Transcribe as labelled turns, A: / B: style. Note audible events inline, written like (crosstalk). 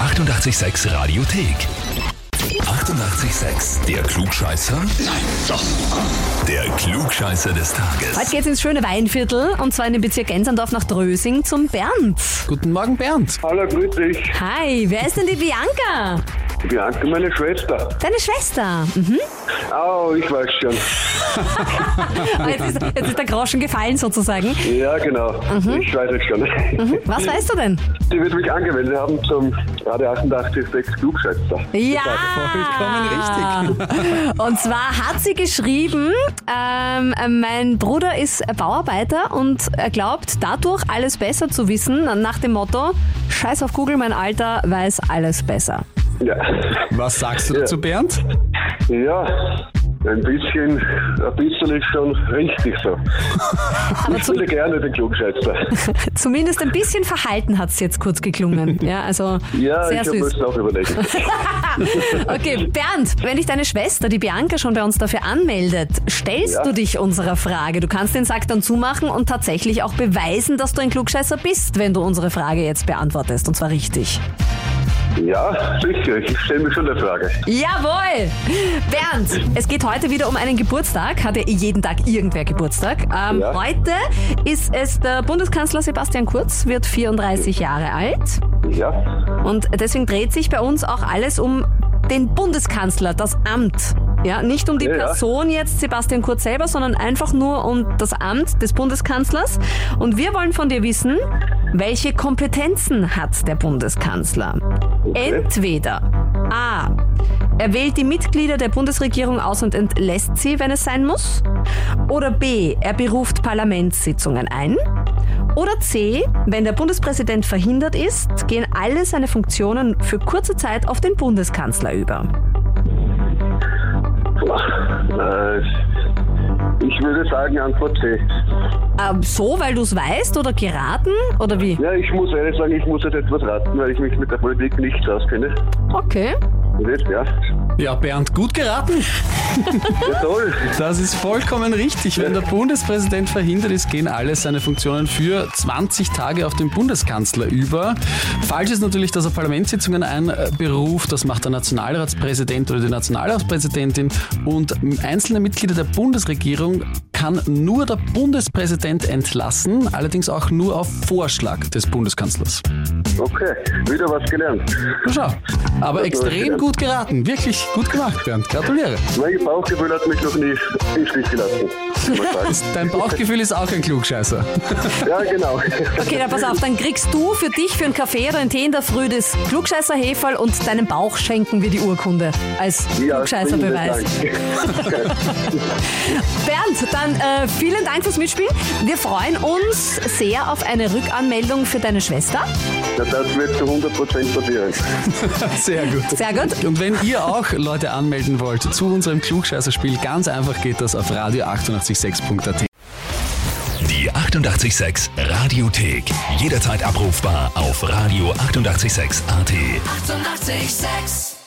A: 886 Radiothek. 88,6. Der Klugscheißer? Nein, doch. Der Klugscheißer des
B: Heute
A: Tages.
B: geht's ins schöne Weinviertel und zwar in den Bezirk Enzendorf nach Drösing zum Bernd.
C: Guten Morgen, Bernd.
D: Hallo, grüß dich.
B: Hi, wer ist denn die Bianca?
D: Bianca, meine Schwester.
B: Deine Schwester. Mhm.
D: Oh, ich weiß schon.
B: Ah, Jetzt, ist, jetzt ist der Groschen gefallen sozusagen.
D: Ja, genau.
B: Mhm.
D: Ich weiß es schon.
B: Was weißt du denn?
D: (laughs) Die wird mich angemeldet haben zum Radio 88.6 Klugschätzer.
B: Ja,
C: Vollkommen
B: richtig. (laughs) Und zwar hat sie geschrieben, ähm, mein Bruder ist Bauarbeiter und er glaubt dadurch alles besser zu wissen, nach dem Motto, scheiß auf Google, mein Alter weiß alles besser.
D: Ja.
C: Was sagst du dazu, Bernd?
D: Ja. Ein bisschen, ein bisschen ist schon richtig so.
B: Aber
D: Ich
B: zum,
D: würde gerne den Klugschätzer.
B: (laughs) zumindest ein bisschen verhalten hat's jetzt kurz geklungen. Ja, also
D: Ja,
B: sehr
D: ich habe mir
B: süß.
D: das auch
B: (laughs)
D: überlegt.
B: Okay, Bernd, wenn dich deine Schwester, die Bianca, schon bei uns dafür anmeldet, stellst
D: Ja.
B: du dich unserer Frage. Du kannst den Sack dann zumachen und tatsächlich auch beweisen, dass du ein Klugscheißer bist, wenn du unsere Frage jetzt beantwortest. Und zwar richtig.
D: Ja, sicher. Ich stelle mir schon eine Frage.
B: Jawohl! Bernd, es geht heute wieder um einen Geburtstag. Hat ja eh jeden Tag irgendwer Geburtstag. Ähm,
D: Ja.
B: Heute ist es der Bundeskanzler Sebastian Kurz, wird 34 Jahre alt.
D: Ja.
B: Und deswegen dreht sich bei uns auch alles um den Bundeskanzler, das Amt. Ja, nicht um die
D: Ja, ja.
B: Person jetzt Sebastian Kurz selber, sondern einfach nur um das Amt des Bundeskanzlers. Und wir wollen von dir wissen, welche Kompetenzen hat der Bundeskanzler? Entweder A. Er wählt die Mitglieder der Bundesregierung aus und entlässt sie, wenn es sein muss. Oder B. Er beruft Parlamentssitzungen ein. Oder C. Wenn der Bundespräsident verhindert ist, gehen alle seine Funktionen für kurze Zeit auf den Bundeskanzler über.
D: Äh, Ich würde sagen Antwort C.
B: Ähm, so, weil du es weißt oder geraten oder wie?
D: Ja, ich muss ehrlich sagen, ich muss jetzt etwas raten, weil ich mich mit der Politik nicht auskenne.
B: Okay.
D: Nicht, ja.
C: Ja, Bernd, gut geraten.
D: Ja, toll.
C: Das ist vollkommen richtig. Wenn der Bundespräsident verhindert ist, gehen alle seine Funktionen für 20 Tage auf den Bundeskanzler über. Falsch ist natürlich, dass er Parlamentssitzungen einberuft. Das macht der Nationalratspräsident oder die Nationalratspräsidentin. Und einzelne Mitglieder der Bundesregierung kann nur der Bundespräsident entlassen, allerdings auch nur auf Vorschlag des Bundeskanzlers.
D: Okay, wieder was gelernt.
C: Na schau. Aber
D: Ja,
C: extrem
D: ja.
C: gut geraten. Wirklich gut gemacht, Bernd. Gratuliere.
D: Mein Bauchgefühl hat mich noch nie im Stich gelassen. kann
C: (laughs)
D: man sagen.
C: Dein Bauchgefühl ist auch ein Klugscheißer. (laughs)
D: ja, genau.
B: Okay, dann pass auf, dann kriegst du für dich für einen Kaffee oder einen Tee in der Früh das klugscheißer Heferl und deinem Bauch schenken wir die Urkunde als Klugscheißerbeweis.
D: vielen Dank.
B: Bernd, dann äh, vielen Dank fürs Mitspielen. Wir freuen uns sehr auf eine Rückanmeldung für deine Schwester.
D: Na, das wird zu 100% passieren.
C: Sehr gut.
B: Sehr gut.
C: Und wenn ihr auch Leute anmelden wollt zu unserem Klugscheißerspiel, ganz einfach geht das auf radio886.at.
A: Die 88,6 Radiothek. Jederzeit abrufbar auf radio886.at. 88,6.
E: Eighty-eight, sex.